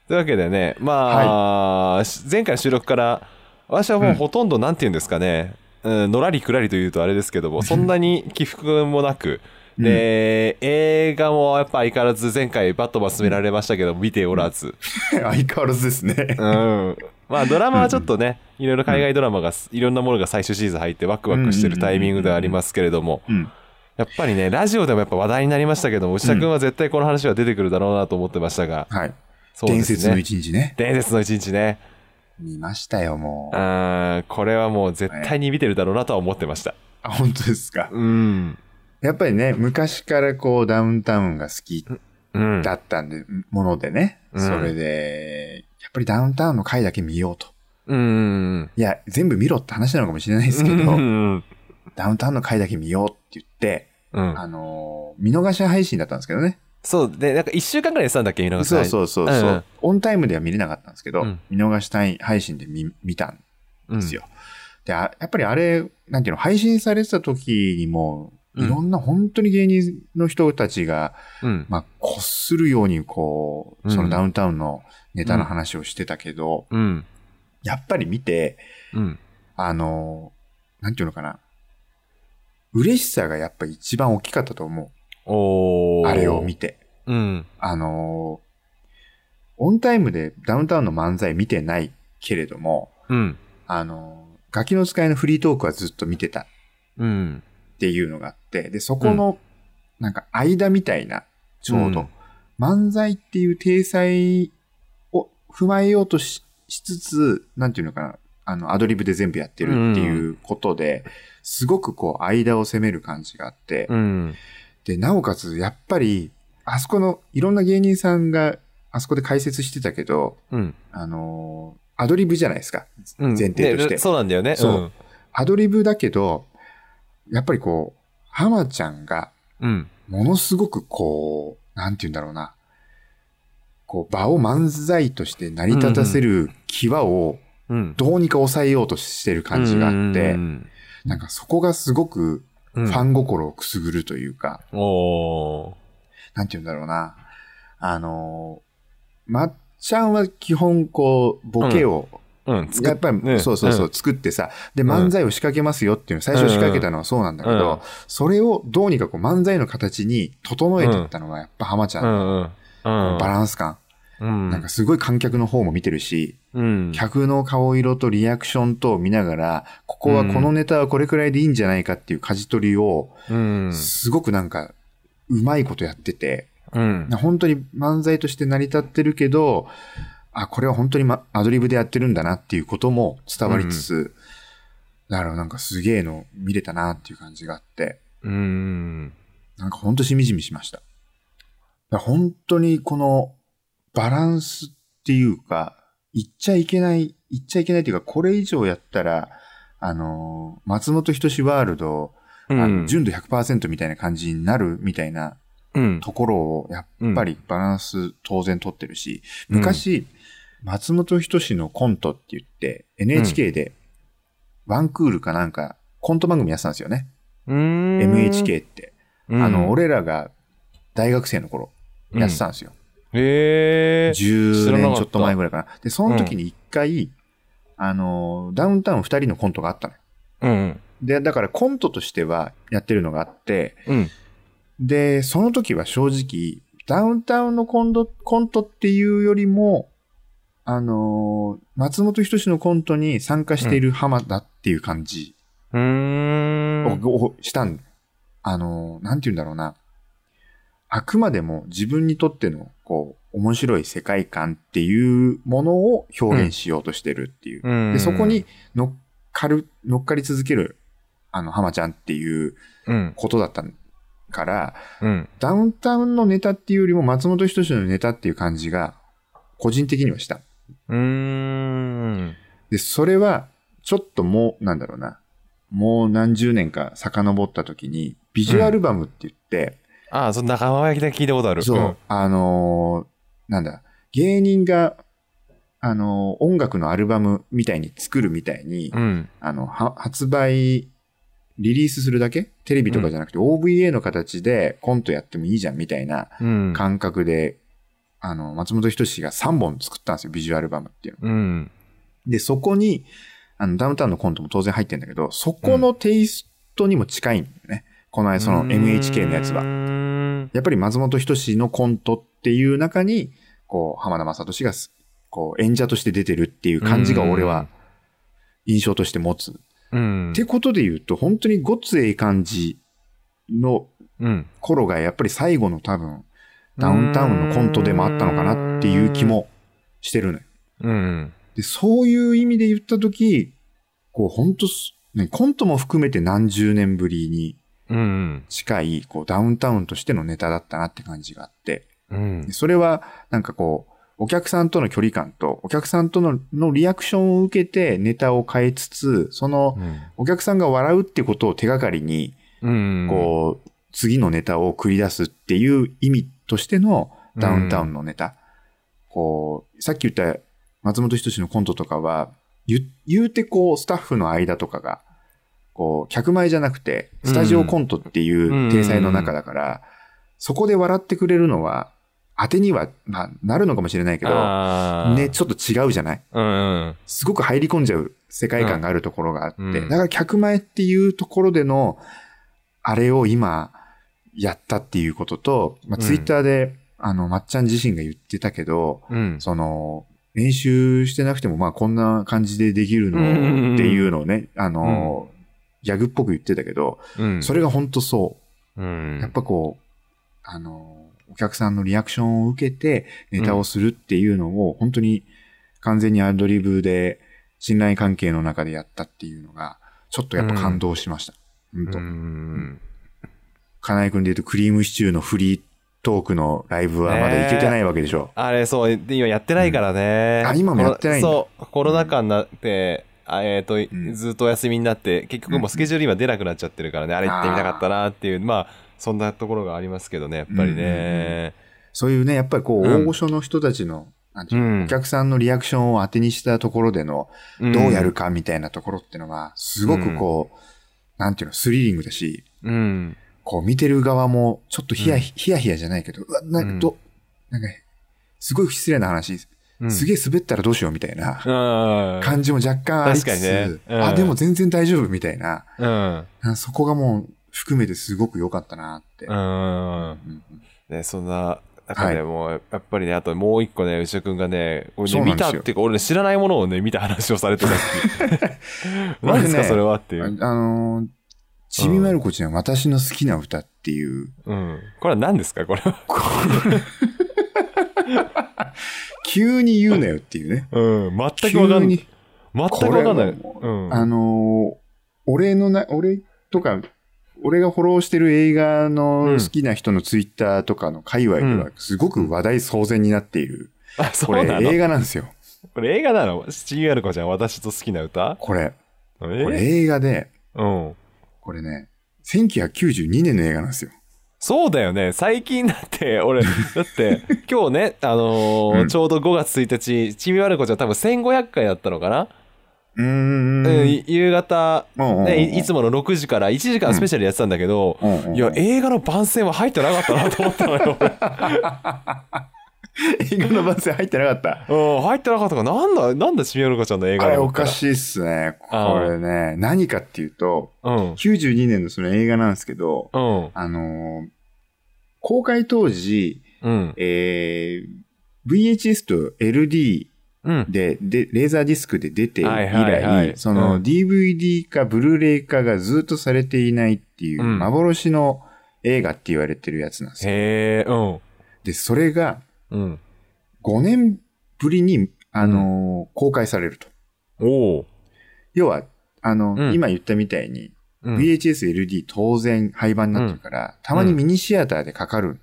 Speaker 1: というわけでね、まあ、し前回の収録から、私はもうほとんど、なんて言うんですかね、うん、のらりくらりというとあれですけど も、そんなに起伏もなく、で、映画もやっぱ相変わらず前回バットマン勧められましたけど、見ておらず、
Speaker 2: 相変わらずですね。
Speaker 1: うん。まあドラマはちょっとね、いろいろ海外ドラマが、いろんなものが最終シーズン入ってワクワクしてるタイミングではありますけれども、
Speaker 2: うん。
Speaker 1: やっぱりね、ラジオでもやっぱ話題になりましたけども、内田君は絶対この話は出てくるだろうなと思ってましたが、
Speaker 2: はい。
Speaker 1: そうで
Speaker 2: 伝
Speaker 1: すね。
Speaker 2: 説の一日ね。
Speaker 1: 伝説の一日ね。
Speaker 2: 見ましたよ、もう。
Speaker 1: あーこれはもう絶対に見てるだろうなとは思ってました。
Speaker 2: あ、本当ですか。
Speaker 1: うん。
Speaker 2: やっぱりね、昔からこう、ダウンタウンが好き
Speaker 1: うん。
Speaker 2: だったんで、ものでね。
Speaker 1: うん
Speaker 2: それで、やっぱりダウンタウンの回だけ見ようと。
Speaker 1: うん。
Speaker 2: いや、全部見ろって話なのかもしれないですけ
Speaker 1: う
Speaker 2: ど、
Speaker 1: ん。
Speaker 2: ダウンタウンの回だけ見ようって言って、
Speaker 1: うん。
Speaker 2: あのー見逃し配信だったんですけどね。
Speaker 1: そう。で、なんか一週間ぐらいやってたんだっけ、見逃し
Speaker 2: そうそうそうそう、
Speaker 1: うん
Speaker 2: オンタイムでは見れなかったんですけど、
Speaker 1: うん
Speaker 2: 見逃し配信で見見たん
Speaker 1: う
Speaker 2: ですよ。であ、やっぱりあれ、なんていうの、配信されてた時にも、
Speaker 1: うん
Speaker 2: いろんな本当に芸人の人たちが、
Speaker 1: ん。うん。
Speaker 2: まあ、こするようにこう、そのダウンタウンのネタの話をしてたけど、
Speaker 1: うん。
Speaker 2: やっぱり見て、
Speaker 1: うん。
Speaker 2: あの、なんていうのかな。嬉しさがやっぱ一番大きかったと思
Speaker 1: お
Speaker 2: う。
Speaker 1: ー
Speaker 2: あれを見て。
Speaker 1: うん。
Speaker 2: あの、オンタイムでダウンタウンの漫才見てないけれども、
Speaker 1: うん。
Speaker 2: あの、ガキの使いのフリートークはずっと見てたっ
Speaker 1: うん。
Speaker 2: ていうのがあって、で、そこの、なんか間みたいな、ちょうど、漫才っていう体裁を踏まえようとししつつ、なんていうのかな、あの、アドリブで全部やってるっていうことで、すごくこう、間を攻める感じがあって、
Speaker 1: うん。
Speaker 2: で、なおかつ、やっぱり、あそこの、いろんな芸人さんが、あそこで解説してたけど、
Speaker 1: うん。
Speaker 2: あのーアドリブじゃないですか。
Speaker 1: うん
Speaker 2: 前提として
Speaker 1: ねそうなんだよね。
Speaker 2: そうアドリブだけど、やっぱりこう、浜ちゃんが、
Speaker 1: うん。うん。
Speaker 2: ものすごくこう、なんて言うんだろうな、こう、場を漫才として成り立たせる際を、
Speaker 1: うん。
Speaker 2: どうにか抑えようとしてる感じがあって、
Speaker 1: うん
Speaker 2: なんかそこがすごく、
Speaker 1: う
Speaker 2: フ
Speaker 1: ん
Speaker 2: ァン心をくすぐるというか、
Speaker 1: おー
Speaker 2: なんて言うんだろうな。あのー、まっちゃんは基本こう、ボケを、
Speaker 1: うん。作
Speaker 2: やっぱり、
Speaker 1: ね
Speaker 2: そうそうそう、作ってさ、で、漫才を仕掛けますよっていうの、最初仕掛けたのはそうなんだけ
Speaker 1: う
Speaker 2: ど、
Speaker 1: ん
Speaker 2: それをどうにかこう漫才の形に整えていったのが、やっぱ浜ちゃ
Speaker 1: うんんうん。うん
Speaker 2: のバランス感。
Speaker 1: うん。
Speaker 2: なんかすごい観客の方も見てるし、
Speaker 1: うん。
Speaker 2: 客の顔色とリアクションとを見ながら、ここはこのネタはこれくらいでいいんじゃないかっていう舵取りを、
Speaker 1: うん。
Speaker 2: すごくなんか、うまいことやってて、
Speaker 1: うん。
Speaker 2: 本当に漫才として成り立ってるけど、あ、これは本当に、ま、アドリブでやってるんだなっていうことも伝わりつつ、だからなんかすげえの見れたなっていう感じがあって、
Speaker 1: うん。
Speaker 2: なんかほんとしみじみしました。だから本当にこのバランスっていうか、言っちゃいけない、言っちゃいけないっていうか、これ以上やったら、あのー、松本人志ワールド、
Speaker 1: う
Speaker 2: あ
Speaker 1: ん
Speaker 2: の。純度100%みたいな感じになるみたいな
Speaker 1: うん。
Speaker 2: ところを、やっぱりバランス当然取ってるし、
Speaker 1: うん
Speaker 2: 昔、松本人志のコントって言って、NHK でワンクールかなんか、コント番組やってたんですよね。
Speaker 1: うん。
Speaker 2: MHK って。
Speaker 1: うん。
Speaker 2: あの、俺らが大学生の頃、
Speaker 1: うん
Speaker 2: やってたんですよ。
Speaker 1: へえ。知
Speaker 2: 10
Speaker 1: らなかっ
Speaker 2: 年
Speaker 1: た
Speaker 2: ちょっと前ぐらいかな。で、その時に一回、あの、ダウンタウン二人のコントがあったのよ。
Speaker 1: うん。
Speaker 2: で、だからコントとしてはやってるのがあって、
Speaker 1: うん。
Speaker 2: で、その時は正直、ダウンタウンのコントコントっていうよりも、あのー松本人志のコントに参加している浜田っていう感じ
Speaker 1: う
Speaker 2: を,
Speaker 1: ん。
Speaker 2: を、したん。あのーなんて言うんだろうな。あくまでも自分にとっての、こう、面白い世界観っていうものを表現しようとしてるっていう。
Speaker 1: うん
Speaker 2: で、そこに乗っかる、乗っかり続ける、あの、浜ちゃんっていう
Speaker 1: うん。
Speaker 2: ことだったから、
Speaker 1: うん。
Speaker 2: ダウンタウンのネタっていうよりも松本人志のネタっていう感じが、個人的にはした。
Speaker 1: うん。
Speaker 2: で、それは、ちょっともう、なんだろうな。もう何十年か遡った時に、ビジュアルバムって言って、
Speaker 1: ああ、その仲間焼きで聞いたことある。
Speaker 2: そう、あのーなんだ、芸人が、あのー音楽のアルバムみたいに作るみたいに、
Speaker 1: うん。
Speaker 2: あの、は発売、リリースするだけテレビとかじゃなくて、OVA の形でコントやってもいいじゃんみたいな、
Speaker 1: うん。
Speaker 2: 感覚で、あの、松本人志が3本作ったんですよ、ビジュアルバムっていうの。
Speaker 1: うん。
Speaker 2: で、そこに、あの、ダウンタウンのコントも当然入ってんだけど、そこのテイストにも近いんだよね。このその NHK のやつ
Speaker 1: う
Speaker 2: は。
Speaker 1: ん。
Speaker 2: やっぱり松本人志のコントっていう中に、こう、浜田雅俊がす、こう、演者として出てるっていう感じが俺は、印象として持つ。
Speaker 1: うん。
Speaker 2: ってことで言うと、本当にごつええ感じの
Speaker 1: うん。
Speaker 2: 頃がやっぱり最後の多分、ダウンタウンのコントでもあったのかなっていう気もしてるのよ。
Speaker 1: うん。
Speaker 2: で、そういう意味で言ったとき、こう本当す、ね、コントも含めて何十年ぶりに
Speaker 1: うん。
Speaker 2: 近い、こうダウンタウンとしてのネタだったなって感じがあって、
Speaker 1: うん
Speaker 2: で。それはなんかこう、お客さんとの距離感と、お客さんとののリアクションを受けてネタを変えつつ、その、お客さんが笑うってことを手がかりに、
Speaker 1: うん。
Speaker 2: こう、次のネタを繰り出すっていう意味としての
Speaker 1: うん
Speaker 2: ダウンタウンのネタ。こう、さっき言った松本人志のコントとかは、言う言うてこう、スタッフの間とかが、こう、客前じゃなくて、スタジオコントっていう体裁の中だから、そこで笑ってくれるのは、当てには、まあ、なるのかもしれないけど、
Speaker 1: あー
Speaker 2: ね、。ちょっと違うじゃない
Speaker 1: うん。
Speaker 2: すごく入り込んじゃう世界観があるところがあって、
Speaker 1: うんうん
Speaker 2: だから客前っていうところでの、あれを今、やったっていうことと、まあ、
Speaker 1: うん
Speaker 2: ツイッターで、あの、まっちゃん自身が言ってたけど、
Speaker 1: うん。
Speaker 2: その、練習してなくても、まあ、こんな感じでできる
Speaker 1: うんうんうん
Speaker 2: のっていうのをね、あの、ギャグっぽく言ってたけど、
Speaker 1: うん。
Speaker 2: それが本当そう。
Speaker 1: うん。
Speaker 2: やっぱこう、あの、お客さんのリアクションを受けてネタをするっていうのを、本当に完全にアドリブで信頼関係の中でやったっていうのが、ちょっとやっぱ感動しました。うん、
Speaker 1: う
Speaker 2: と。
Speaker 1: ん。
Speaker 2: 金井君で言うとクリームシチューのフリートークのライブはまだ行けてないわけでしょ。
Speaker 1: あれ、そう、で今やってないからね。
Speaker 2: うんあ今もやってないんだ
Speaker 1: コロそう、コロナ禍になって、あえっ、と、
Speaker 2: ん
Speaker 1: ずっとお休みになって、結局もうスケジュール今出なくなっちゃってるからね、あれ行ってみたかったなっていう、まあ、そんなところがありますけどね、やっぱりね。
Speaker 2: そういうね、やっぱりこう、
Speaker 1: うん
Speaker 2: 大御所の人たちの、なんていうの
Speaker 1: うん
Speaker 2: お客さんのリアクションを当てにしたところでの、
Speaker 1: ん
Speaker 2: どうやるかみたいなところってのが、すごくこう、なんていうの、スリリングだし、
Speaker 1: うん。
Speaker 2: こう見てる側も、ちょっとヒヤ、
Speaker 1: うん
Speaker 2: ヒヤヒヤじゃないけど、うわ、な
Speaker 1: うんん
Speaker 2: かど、なんか、すごい失礼な話、
Speaker 1: うん
Speaker 2: すげえ滑ったらどうしようみたいな
Speaker 1: うん。
Speaker 2: 感じも若干ありつ
Speaker 1: 確かにね
Speaker 2: つ、
Speaker 1: うん
Speaker 2: あ、でも全然大丈夫みたいな、
Speaker 1: うん。
Speaker 2: あそこがもう含めてすごく良かったなって。
Speaker 1: うん。
Speaker 2: うんうん
Speaker 1: ね、そんな中で
Speaker 2: は
Speaker 1: も、やっぱりね、あともう一個ね、牛尾くんがね、俺
Speaker 2: そ
Speaker 1: ね、
Speaker 2: うな
Speaker 1: 見
Speaker 2: んです
Speaker 1: た
Speaker 2: よ
Speaker 1: っていうか、俺ね、知らないものをね、見た話をされてたっ き何ですか、
Speaker 2: 俺ね
Speaker 1: それはってい
Speaker 2: ああ
Speaker 1: う。
Speaker 2: のーちびまる子ちゃん、私の好きな歌っていう、
Speaker 1: うん。これは何ですか、これは。
Speaker 2: 急に言うなよっていうね。
Speaker 1: うん。全く
Speaker 2: 急
Speaker 1: わかんない。
Speaker 2: に、
Speaker 1: 全くわかんない。
Speaker 2: こ
Speaker 1: うん。
Speaker 2: あのー俺のな、俺とか、俺がフォローしてる映画の好きな人のツイッターとかの界隈で
Speaker 1: う
Speaker 2: は、すごく話題騒然になっている。
Speaker 1: あ、そ
Speaker 2: こ
Speaker 1: う
Speaker 2: れ
Speaker 1: なの
Speaker 2: 映画なんですよ。
Speaker 1: これ映画なのちびまる子ちゃん、私と好きな歌
Speaker 2: これ。
Speaker 1: え
Speaker 2: これ映画で、
Speaker 1: うん。
Speaker 2: これね、1992年の映画なんですよ。
Speaker 1: そうだよね。最近だって、俺、だ って、今日ね、あのー
Speaker 2: うん
Speaker 1: ちょうど5月1日、ちびまる子ちゃん多分1500回だったのかな、
Speaker 2: うーん
Speaker 1: うんい夕方、
Speaker 2: うんうんうん
Speaker 1: ね、いいつもの6時から1時間スペシャルやってたんだけど、
Speaker 2: うんうんうん
Speaker 1: いや、映画の番宣は入ってなかったなと思ったの よ。
Speaker 2: 映画の番宣入ってなかった。
Speaker 1: うん、入ってなかったから、なんだ、なんだちびまる子ちゃんの映画
Speaker 2: あ
Speaker 1: だ
Speaker 2: れ
Speaker 1: と
Speaker 2: お
Speaker 1: 思った
Speaker 2: からしいっすね。
Speaker 1: ああ
Speaker 2: これね、何かっていうと、
Speaker 1: うん。
Speaker 2: 92年のその映画なんですけど、
Speaker 1: うん。
Speaker 2: あのー公開当時、
Speaker 1: うん。
Speaker 2: えー VHS と LD
Speaker 1: うん。
Speaker 2: で、で、レーザーディスクで出て以来、
Speaker 1: はいはいはい
Speaker 2: そうの
Speaker 1: ん
Speaker 2: DVD 化、ブルーレイ化がずっとされていないっていう、
Speaker 1: うん
Speaker 2: 幻の映画って言われてるやつなんですよ。
Speaker 1: へえ、うん。
Speaker 2: で、それが
Speaker 1: うん。
Speaker 2: 5年ぶりに、あのー公開されると。
Speaker 1: おお。
Speaker 2: 要は、あの、
Speaker 1: うん
Speaker 2: 今言ったみたいに、
Speaker 1: うん。
Speaker 2: VHS、LD 当然廃盤になってるから、たまにミニシアターでかかる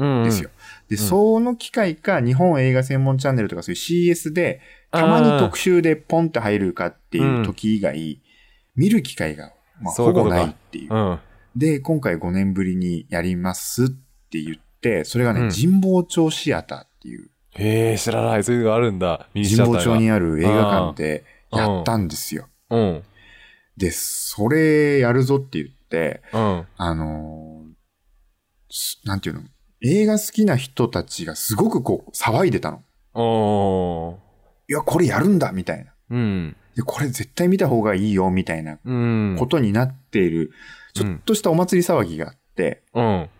Speaker 2: ん
Speaker 1: で
Speaker 2: ですよ。。で、その機会か、日本映画専門チャンネルとかそういう CS で、
Speaker 1: あー
Speaker 2: たまに特集でポンって入るかっていう時以外、見る機会が、まあ、
Speaker 1: そうい
Speaker 2: ほ
Speaker 1: うこと
Speaker 2: ぼ
Speaker 1: か
Speaker 2: ないっていう
Speaker 1: うん。
Speaker 2: で、今回5年ぶりにやりますって言って、それがね、
Speaker 1: うん
Speaker 2: 神保町シアターっていう、
Speaker 1: へえ、知らない。そういうのがあるんだ。ミニシア
Speaker 2: 神
Speaker 1: ター
Speaker 2: 保
Speaker 1: が
Speaker 2: 町にある映画館でやったんですよ。
Speaker 1: うん。
Speaker 2: で、それやるぞって言って、
Speaker 1: うん。
Speaker 2: あのーすなんていうの映画好きな人たちがすごくこう騒いでたの。
Speaker 1: おー。
Speaker 2: いや、これやるんだみたいな。
Speaker 1: うん。
Speaker 2: で、これ絶対見た方がいいよみたいな
Speaker 1: うん。
Speaker 2: ことになっている、
Speaker 1: うん
Speaker 2: ちょっとしたお祭り騒ぎがあって、
Speaker 1: うん。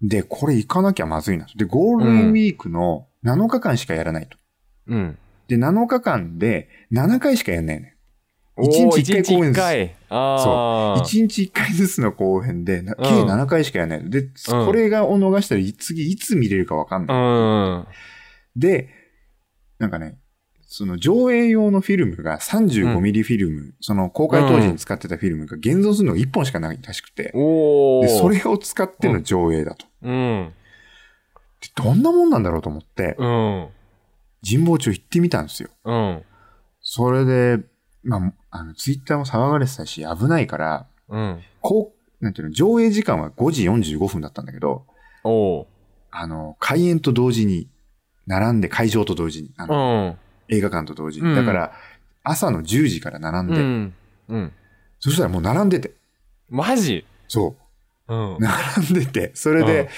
Speaker 2: で、これ行かなきゃまずいなと。で、ゴールデンウィークの7日間しかやらないと。
Speaker 1: うん。
Speaker 2: で、7日間で7回しかやんないのよ。
Speaker 1: おー
Speaker 2: 一日一回公
Speaker 1: 一日一
Speaker 2: 演です
Speaker 1: 回あー。
Speaker 2: 1日1回ずつの公演で、な計7回しかやらないの。で、これがを逃したら次いつ見れるかわかんない。
Speaker 1: うん。
Speaker 2: で、なんかね、その上映用のフィルムが35ミリフィルム、その公開当時に使ってたフィルムが現像するのが1本しかないらしくて、
Speaker 1: おー。
Speaker 2: でそれを使っての上映だと。
Speaker 1: うん。
Speaker 2: でどんなもんなんだろうと思って、
Speaker 1: うん。
Speaker 2: 神保町行ってみたんですよ。
Speaker 1: うん。
Speaker 2: それで、まあ、あの、ツイッターも騒がれてたし、危ないから、
Speaker 1: うん。
Speaker 2: こう、なんていうの、上映時間は5時45分だったんだけど、
Speaker 1: おー。
Speaker 2: あの、開演と同時に、並んで、会場と同時に、あ
Speaker 1: う
Speaker 2: の
Speaker 1: ん。
Speaker 2: 映画館と同時
Speaker 1: うん
Speaker 2: に。だから、朝の10時から並んで、
Speaker 1: うん。うん。
Speaker 2: そしたらもう並んでて。
Speaker 1: マジ
Speaker 2: そ
Speaker 1: うん
Speaker 2: う。。 並んでて。それで、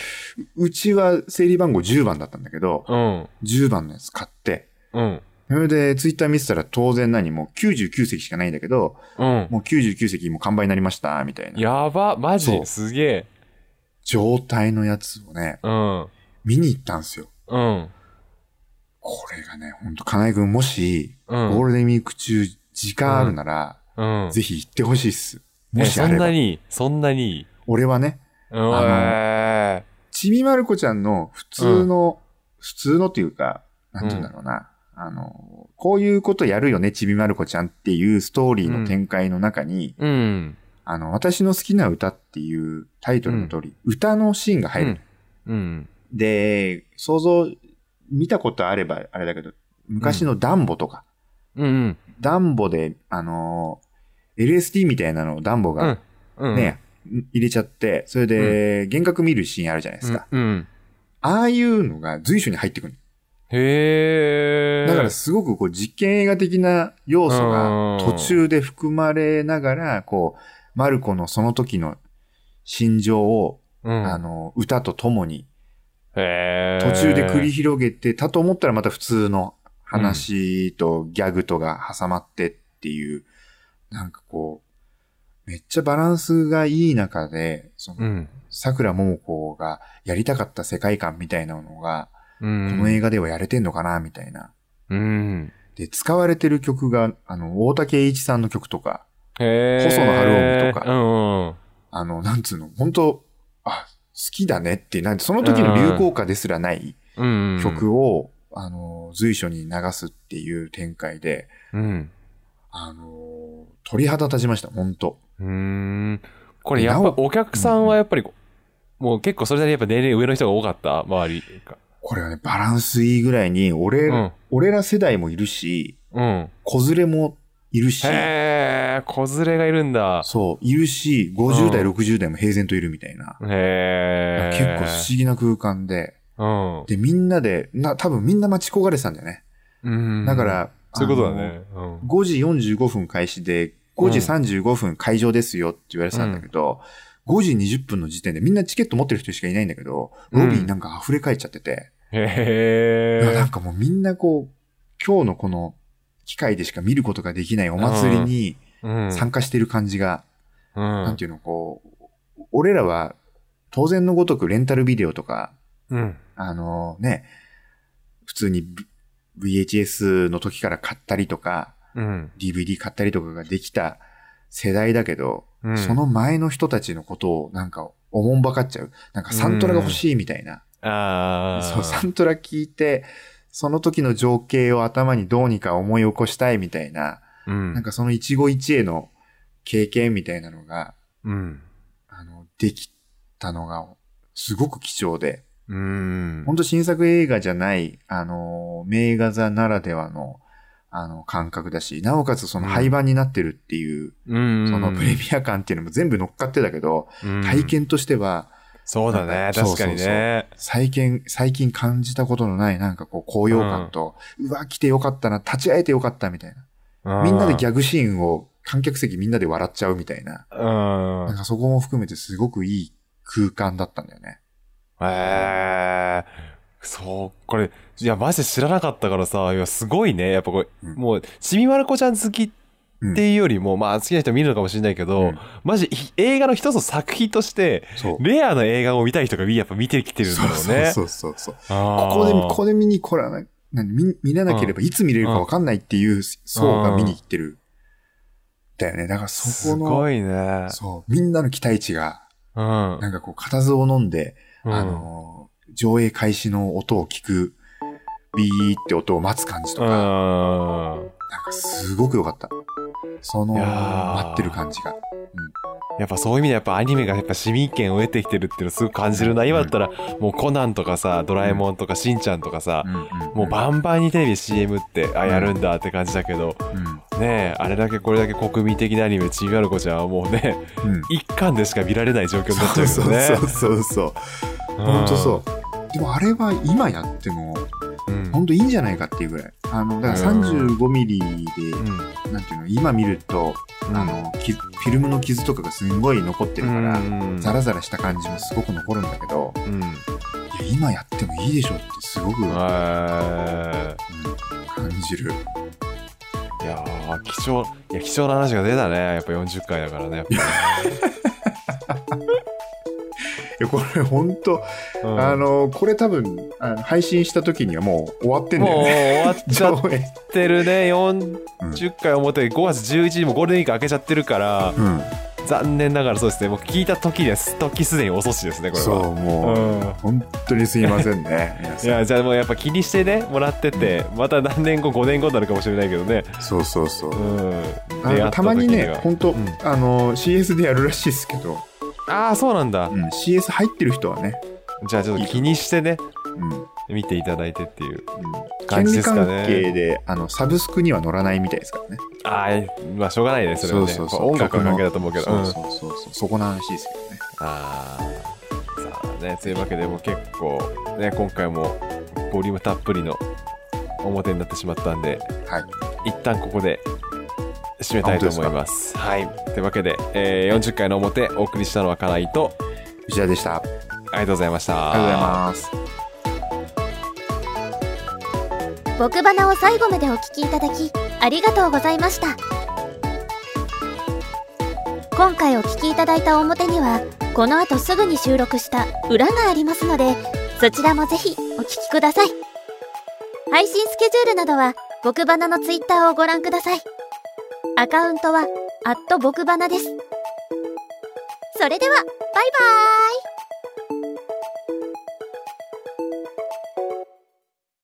Speaker 2: うちは整理番号10番だったんだけど、
Speaker 1: うん。
Speaker 2: 10番のやつ買って、
Speaker 1: うん。
Speaker 2: それでツイッター見てたら当然何もう99席しかないんだけど、
Speaker 1: うん。
Speaker 2: もう99席もう完売になりました、みたいな
Speaker 1: やば。マ
Speaker 2: そ
Speaker 1: ジ
Speaker 2: う
Speaker 1: すげえ。
Speaker 2: 状態のやつをね、
Speaker 1: うん。
Speaker 2: 見に行ったんですよ。
Speaker 1: うん。
Speaker 2: これがね、ほんと、金井くんもし、
Speaker 1: うん
Speaker 2: ゴールデンウィーク中、時間あるなら、
Speaker 1: うん。
Speaker 2: ぜひ行ってほしいっす。も
Speaker 1: え、
Speaker 2: し
Speaker 1: そ
Speaker 2: あ
Speaker 1: ん
Speaker 2: れ
Speaker 1: な
Speaker 2: ば。
Speaker 1: に、そんなに。
Speaker 2: 俺はね、
Speaker 1: うん。
Speaker 2: あの
Speaker 1: え
Speaker 2: ちびまる子ちゃんの普通の、普通のっていうか、なんて言うんだろうな。あの、こういうことやるよね、ちびまる子ちゃんっていうストーリーの展開の中に、
Speaker 1: ーうん。
Speaker 2: あの、私の好きな歌っていうタイトルの通り、歌のシーンが入る。
Speaker 1: うん。
Speaker 2: で、想像、見たことあればあれだけど、昔のダンボとか、
Speaker 1: うん。
Speaker 2: ダンボで、あの、LSD みたいなのをダンボ
Speaker 1: うん
Speaker 2: が。
Speaker 1: うん。
Speaker 2: ね、入れちゃって、それで幻覚見るシーンあるじゃないですか。
Speaker 1: うん。うん。
Speaker 2: ああいうのが随所に入ってくる。
Speaker 1: へえ。
Speaker 2: だからすごくこう実験映画的な要素が
Speaker 1: うん
Speaker 2: 途中で含まれながら、こう、マルコのその時の心情を、
Speaker 1: うん、
Speaker 2: あの、歌とともに
Speaker 1: へー
Speaker 2: 途中で繰り広げてたと思ったらまた普通の話とギャグとが挟まってっていう、なんかこう、めっちゃバランスがいい中で、その
Speaker 1: うん。
Speaker 2: 桜桃子がやりたかった世界観みたいなのが、
Speaker 1: うん
Speaker 2: この映画ではやれてんのかな、みたいな。
Speaker 1: うん。
Speaker 2: で、使われてる曲が、あの、大竹栄一さんの曲とか、
Speaker 1: へー
Speaker 2: 細野晴臣とか
Speaker 1: うんうん。
Speaker 2: あの、なんつうの、本当あ、好きだねって、なんて、その時の流行歌ですらない
Speaker 1: うん。
Speaker 2: 曲を、あの、随所に流すっていう展開で、
Speaker 1: うん。
Speaker 2: あの、鳥肌立ちました、本当
Speaker 1: うーん。これやっぱお客さんはやっぱり、もう結構それなりにやっぱ年齢上の人が多かった周りが。
Speaker 2: これはね、バランスいいぐらいに、俺、
Speaker 1: うん
Speaker 2: 俺ら世代もいるし、
Speaker 1: うん。
Speaker 2: 子連れもいるし、
Speaker 1: へえ、子連れがいるんだ。
Speaker 2: そう、いるし、50代、
Speaker 1: うん
Speaker 2: 60代も平然といるみたいな。
Speaker 1: へえ。
Speaker 2: 結構不思議な空間で、
Speaker 1: 構
Speaker 2: で、みんなで、な、多分みんな待ち焦がれてたんだよね。
Speaker 1: うん。うん。
Speaker 2: だか、ら、
Speaker 1: そういうことだ
Speaker 2: あの
Speaker 1: ね。うん
Speaker 2: 5時45分開始で、5時35分会場ですよって言われてたんだけど、5時20分の時点でみんなチケット持ってる人しかいないんだけど、ロビーなんか溢れ返っちゃってて、
Speaker 1: へ
Speaker 2: いやな
Speaker 1: え
Speaker 2: ん。かもうみんなこう、今日のこの機会でしか見ることができないお祭りに
Speaker 1: うん
Speaker 2: 参加してる感じが、
Speaker 1: う
Speaker 2: なん
Speaker 1: ん
Speaker 2: ていうの、こう、俺らは当然のごとくレンタルビデオとか、
Speaker 1: うん。
Speaker 2: あのね、普通に V- VHS の時から買ったりとか、
Speaker 1: うん。
Speaker 2: DVD 買ったりとかができた世代だけど、
Speaker 1: うん
Speaker 2: その前の人たちのことをなんかおもんばかっちゃう。なんかサントラが欲しいみたいな。
Speaker 1: ああ。
Speaker 2: そう、サントラ聞いて、その時の情景を頭にどうにか思い起こしたいみたいな、
Speaker 1: うん。
Speaker 2: なんかその一期一会の経験みたいなのが、
Speaker 1: うん。
Speaker 2: あの、できたのが、すごく貴重で、
Speaker 1: うん。
Speaker 2: 本当新作映画じゃない、あの、名画座ならではの、あの、感覚だし、なおかつその廃盤になってるっていう、
Speaker 1: うん。
Speaker 2: そのプレミア感っていうのも全部乗っかってたけど、
Speaker 1: うん
Speaker 2: 体。験としては、
Speaker 1: そうだ
Speaker 2: な
Speaker 1: ね
Speaker 2: ん。か
Speaker 1: 確かにね。
Speaker 2: 最近、最近感じたことのないなんかこう高揚感と、うわ、来てよかったな、立ち会えてよかったみたいな。みんなでギャグシーンを観客席みんなで笑っちゃうみたいな。
Speaker 1: うん。
Speaker 2: なんかそこも含めてすごくいい空間だったんだよね。
Speaker 1: ええそう、これ、いや、マジで知らなかったからさ、いや、すごいね。やっぱこれ、
Speaker 2: うん
Speaker 1: もう、ちびまる子ちゃん好きっていうよりも、まあ、好きな人見るのかもしれないけど、
Speaker 2: うん
Speaker 1: マジ、ひ映画の一つの作品として、
Speaker 2: そう。
Speaker 1: レアの映画を見たい人がやっぱ見てきてるんだろうね。
Speaker 2: そうそうそうそう。
Speaker 1: あー
Speaker 2: ここで、ここで見に来らない、な見見れなければいつ見れるかわかんないっていう層が見に来てる。だよね。だからそ
Speaker 1: す
Speaker 2: この、
Speaker 1: ごいね。
Speaker 2: そう、みんなの期待値が、
Speaker 1: うん。
Speaker 2: なんかこう、固唾を飲んで、
Speaker 1: うん
Speaker 2: あのー、上映開始の音を聞く、ビーって音を待つ感じと
Speaker 1: う
Speaker 2: か、なん
Speaker 1: ん。
Speaker 2: かすごく良かった。その、
Speaker 1: いやー
Speaker 2: 待ってる感じが。
Speaker 1: やっぱそういう意味でやっぱアニメがやっぱ市民権を得てきてるっていうのすごく感じるな。今だったら、もうコナンとかさ、ドラえもんとかしんちゃんとかさ、もうバンバンにテレビ CM ってあやるんだって感じだけど
Speaker 2: う
Speaker 1: ねえあれだけこれだけ国民的なアニメ「ちびまる子ちゃん」はもうね
Speaker 2: ん。うん。
Speaker 1: 一巻でしか見られない状況になっち
Speaker 2: そ
Speaker 1: ゃ
Speaker 2: う
Speaker 1: う
Speaker 2: そう
Speaker 1: よね
Speaker 2: そうそうそう。本当そう。でもあれは今やっても、
Speaker 1: うん、うん
Speaker 2: 本当いいんじゃないかっていうぐらい。あの、だから35ミリで、なんていうの、今見ると、
Speaker 1: うん
Speaker 2: あの、きフィルムの傷とかがすんごい残ってるから、
Speaker 1: うん
Speaker 2: ザラザラした感じもすごく残るんだけど、
Speaker 1: うん
Speaker 2: いや今やってもいいでしょってすごく、うん
Speaker 1: え
Speaker 2: 感じる。
Speaker 1: ーいやー貴重いや貴重な話が出たねやっぱ40回だからねやっ
Speaker 2: いや、これ本当、
Speaker 1: ぱ、うん
Speaker 2: あの、これ多分、あの配信した時にはもう終わってんだ
Speaker 1: も
Speaker 2: よ
Speaker 1: う
Speaker 2: ね。
Speaker 1: 終わっ ちゃっ
Speaker 2: 上映。
Speaker 1: てるね40回表5月11日もゴールデンウィーク明けちゃってるから
Speaker 2: うん。
Speaker 1: 残念ながらそうですねもう聞いた時です時すでに遅しですねこれは
Speaker 2: そう、もう、
Speaker 1: うん
Speaker 2: 本当にすいませ んね。皆
Speaker 1: い
Speaker 2: さ
Speaker 1: やじゃあもうやっぱ気にしてねもらってて、また何年後5年後になるかもしれないけどね
Speaker 2: ん。そうそうそう。
Speaker 1: うん
Speaker 2: あのたまにね、本当、
Speaker 1: うん
Speaker 2: あの CS でやるらしいですけど、
Speaker 1: ああーそうなんだ、
Speaker 2: うん CS 入ってる人はね、
Speaker 1: じゃあちょっと気にしてね
Speaker 2: うんうん
Speaker 1: 見ていただいてっていう感
Speaker 2: 権
Speaker 1: じで
Speaker 2: 利
Speaker 1: すかね
Speaker 2: 関係であのサブスクには乗らないみたいですからね。
Speaker 1: ああまあしょうがないねそれはね音楽の関係だと思うけど
Speaker 2: そう
Speaker 1: うん
Speaker 2: そうそうそう、そこの話ですけどね。
Speaker 1: ああさあねというわけでもう結構ね今回もボリュームたっぷりの表になってしまったんで
Speaker 2: はい、
Speaker 1: 一旦ここで締めたいと思いますはいというわけで、えー40回の表お送りしたのは金井と
Speaker 2: 内田でした。あり
Speaker 1: ありがとうございました
Speaker 2: がとうございます。
Speaker 3: 僕花を最後までお聞きいただきありがとうございました今回お聞きいただいた表にはこの後すぐに収録した裏がありますのでそちらもぜひお聞きください配信スケジュールなどは僕バナのツイッターをご覧くださいアカウントはアット僕バナですそれではバイバーイ